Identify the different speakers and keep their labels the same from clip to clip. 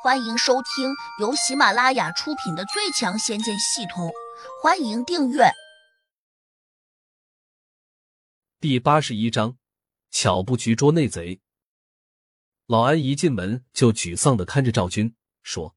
Speaker 1: 欢迎收听由喜马拉雅出品的《最强仙剑系统》，欢迎订阅。
Speaker 2: 第八十一章，巧不局捉内贼。老安一进门就沮丧的看着赵军，说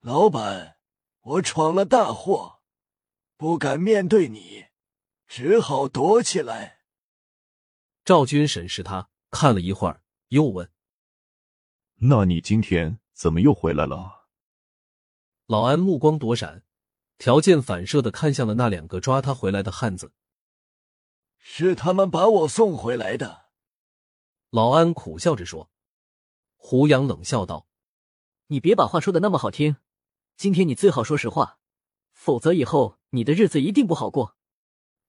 Speaker 3: 老板，我闯了大祸，不敢面对你，只好躲起来。：“
Speaker 2: 赵军审视他，看了一会儿，又问
Speaker 4: 那你今天怎么又回来了？
Speaker 2: 老安，目光躲闪，条件反射的看向了那两个抓他回来的汉子。
Speaker 3: 是他们把我送回来的。
Speaker 2: 老安苦笑着说。胡杨冷笑道
Speaker 5: 你别把话说的那么好听，今天你最好说实话，否则以后你的日子一定不好过。：“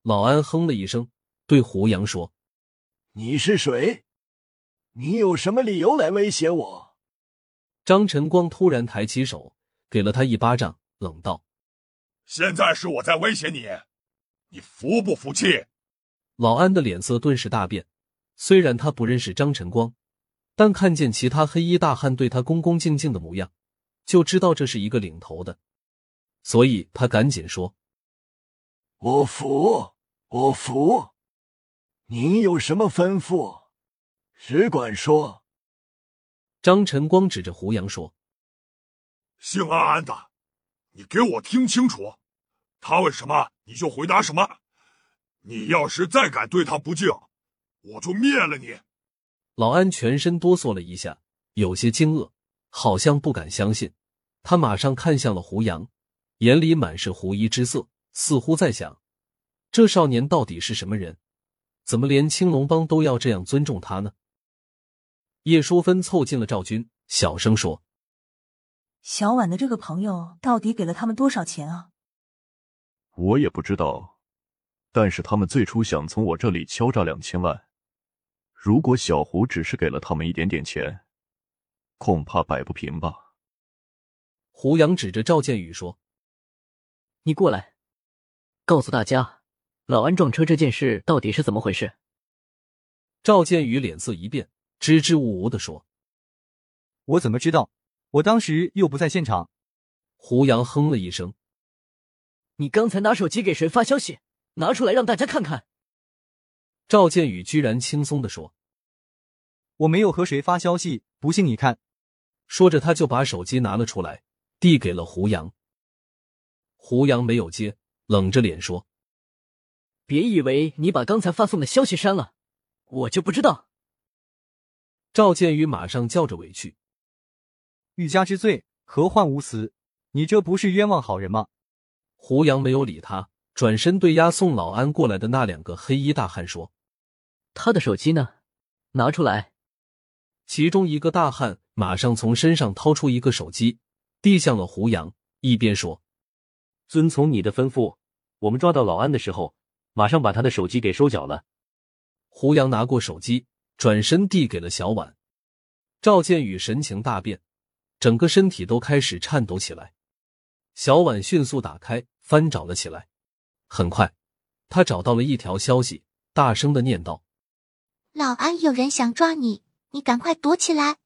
Speaker 2: 老安哼了一声，对胡杨说。”
Speaker 3: 你是谁？你有什么理由来威胁我？
Speaker 2: 张晨光突然抬起手，给了他一巴掌，冷道
Speaker 6: 现在是我在威胁你，你服不服气？：“
Speaker 2: 老安的脸色顿时大变。虽然他不认识张晨光，但看见其他黑衣大汉对他恭恭敬敬的模样，就知道这是一个领头的，所以他赶紧说
Speaker 3: 我服，我服。您有什么吩咐？只管说。：‘
Speaker 2: 张晨光指着胡杨说，
Speaker 6: 姓安安的，你给我听清楚，他问什么你就回答什么。你要是再敢对他不敬，我就灭了你！
Speaker 2: 老安全身哆嗦了一下，有些惊愕，好像不敢相信。他马上看向了胡杨，眼里满是狐疑之色，似乎在想：这少年到底是什么人？怎么连青龙帮都要这样尊重他呢？叶淑芬凑近了赵军，小声说
Speaker 7: 小婉的这个朋友到底给了他们多少钱啊？
Speaker 4: 我也不知道，但是他们最初想从我这里敲诈两千万。如果小胡只是给了他们一点点钱，恐怕摆不平吧。：“
Speaker 2: 胡杨指着赵建宇说。
Speaker 5: 你过来，告诉大家老安撞车这件事到底是怎么回事。”
Speaker 2: 赵建宇脸色一变，支支吾吾地说
Speaker 8: 我怎么知道？我当时又不在现场。：“
Speaker 2: 胡杨哼了一声。”
Speaker 5: 你刚才拿手机给谁发消息？拿出来让大家看看。
Speaker 2: 赵建宇居然轻松地说。
Speaker 8: 我没有和谁发消息，不信你看。
Speaker 2: 说着，他就把手机拿了出来，递给了胡杨。胡杨没有接，冷着脸说
Speaker 5: 别以为你把刚才发送的消息删了，我就不知道。：“
Speaker 2: 赵建宇马上叫着委屈。
Speaker 8: 欲加之罪，何患无辞？你这不是冤枉好人吗？”
Speaker 2: 胡杨没有理他，转身对押送老安过来的那两个黑衣大汉说。
Speaker 5: 他的手机呢？拿出来。
Speaker 2: 其中一个大汉马上从身上掏出一个手机，递向了胡杨，一边说
Speaker 9: 遵从你的吩咐，我们抓到老安的时候，马上把他的手机给收缴了。：“
Speaker 2: 胡杨拿过手机，转身递给了小婉。”赵建宇神情大变，整个身体都开始颤抖起来。小婉迅速打开，翻找了起来。很快，他找到了一条消息，大声的念道
Speaker 10: 老安，有人想抓你，你赶快躲起来。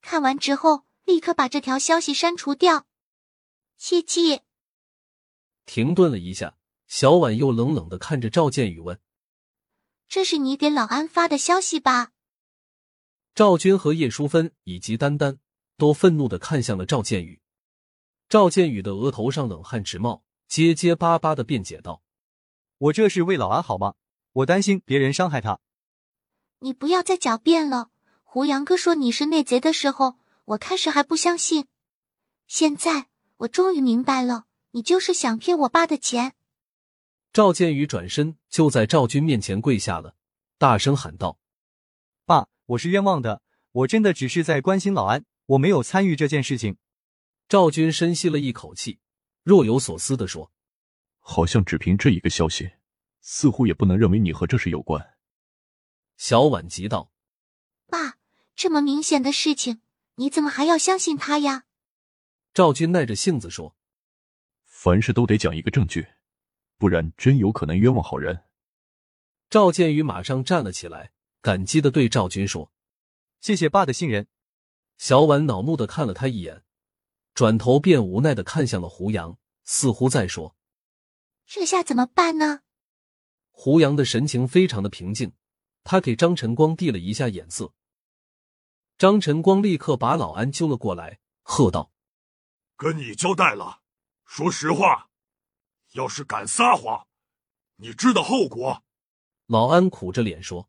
Speaker 10: 看完之后，立刻把这条消息删除掉。切记，：“
Speaker 2: 停顿了一下。”小婉又冷冷的看着赵建宇问。
Speaker 10: 这是你给老安发的消息吧？
Speaker 2: 赵军和叶淑芬以及丹丹都愤怒的看向了赵建宇。赵建宇的额头上冷汗直冒，结结巴巴的辩解道
Speaker 8: 我这是为老安好吗？我担心别人伤害他。
Speaker 10: 你不要再狡辩了。胡杨哥说你是内贼的时候，我开始还不相信，现在我终于明白了，你就是想骗我爸的钱。：“
Speaker 2: 赵建宇转身就在赵军面前跪下了，大声喊道。”
Speaker 8: 爸，我是冤枉的，我真的只是在关心老安，我没有参与这件事情。
Speaker 2: 赵军深吸了一口气，若有所思地说
Speaker 4: 好像只凭这一个消息，似乎也不能认为你和这事有关。：“
Speaker 2: 小婉急道，
Speaker 10: 爸，这么明显的事情，你怎么还要相信他呀？
Speaker 2: 赵军耐着性子说
Speaker 4: 凡事都得讲一个证据，不然真有可能冤枉好人。：‘
Speaker 2: 赵建宇马上站了起来，感激地对赵军说。
Speaker 8: 谢谢爸的信任。’”
Speaker 2: 小婉恼怒的看了他一眼，转头便无奈的看向了胡杨，似乎在说：“
Speaker 10: 这下怎么办呢？”
Speaker 2: 胡杨的神情非常的平静，他给张晨光递了一下眼色，张晨光立刻把老安揪了过来，喝道：“
Speaker 6: 跟你交代了，说实话，要是敢撒谎，你知道后果。”
Speaker 2: 老安苦着脸说：“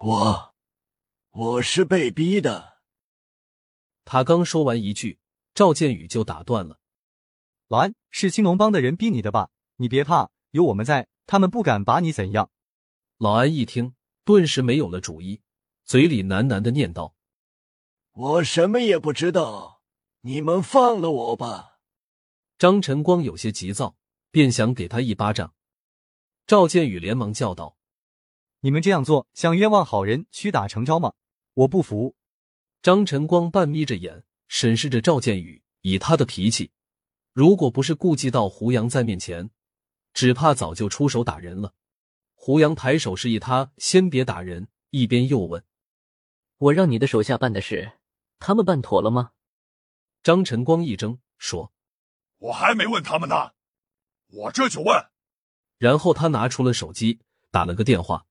Speaker 3: 我，我是被逼的。”
Speaker 2: 他刚说完一句，赵建宇就打断了：“
Speaker 8: 老安，是青龙帮的人逼你的吧？你别怕，有我们在。”他们不敢把你怎样。
Speaker 2: 老安一听，顿时没有了主意，嘴里喃喃的念道：“
Speaker 3: 我什么也不知道，你们放了我吧。”
Speaker 2: 张晨光有些急躁，便想给他一巴掌。赵建宇连忙叫道：“
Speaker 8: 你们这样做，想冤枉好人，屈打成招吗？我不服！”
Speaker 2: 张晨光半眯着眼，审视着赵建宇。以他的脾气，如果不是顾忌到胡杨在面前，只怕早就出手打人了。胡杨抬手示意他先别打人，一边又问：“
Speaker 5: 我让你的手下办的事，他们办妥了吗？”
Speaker 2: 张晨光一怔，说：“
Speaker 6: 我还没问他们呢，我这就问。”
Speaker 2: 然后他拿出了手机，打了个电话。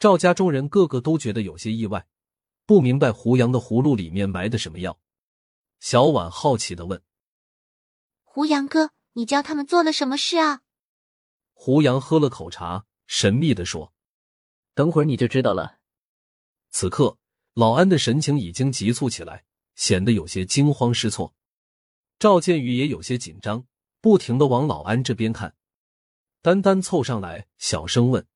Speaker 2: 赵家中人个个都觉得有些意外，不明白胡杨的葫芦里面埋的什么药。小婉好奇的问：“
Speaker 10: 胡杨哥，你教他们做了什么事啊？”
Speaker 2: 胡杨喝了口茶，神秘的说：“
Speaker 5: 等会儿你就知道了。”
Speaker 2: 此刻，老安的神情已经急促起来，显得有些惊慌失措。赵建宇也有些紧张，不停的往老安这边看。丹丹凑上来，小声问：“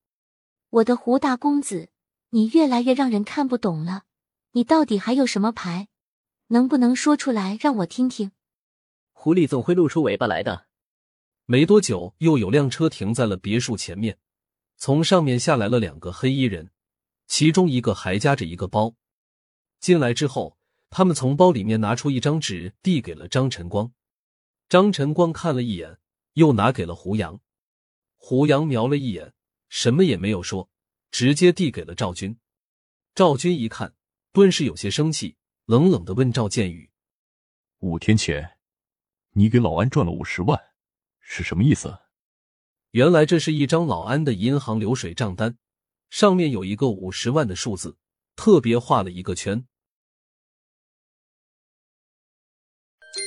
Speaker 10: 我的胡大公子，你越来越让人看不懂了，你到底还有什么牌？能不能说出来让我听听？”
Speaker 5: 狐狸总会露出尾巴来的。
Speaker 2: 没多久，又有辆车停在了别墅前面，从上面下来了两个黑衣人，其中一个还夹着一个包。进来之后，他们从包里面拿出一张纸，递给了张晨光。张晨光看了一眼，又拿给了胡杨。胡杨瞄了一眼，什么也没有说，直接递给了赵军。赵军一看，顿时有些生气，冷冷的问赵建宇：“
Speaker 4: 五天前，你给老安赚了五十万。”是什么意思？
Speaker 2: 原来这是一张老安的银行流水账单，上面有一个五十万的数字，特别画了一个圈。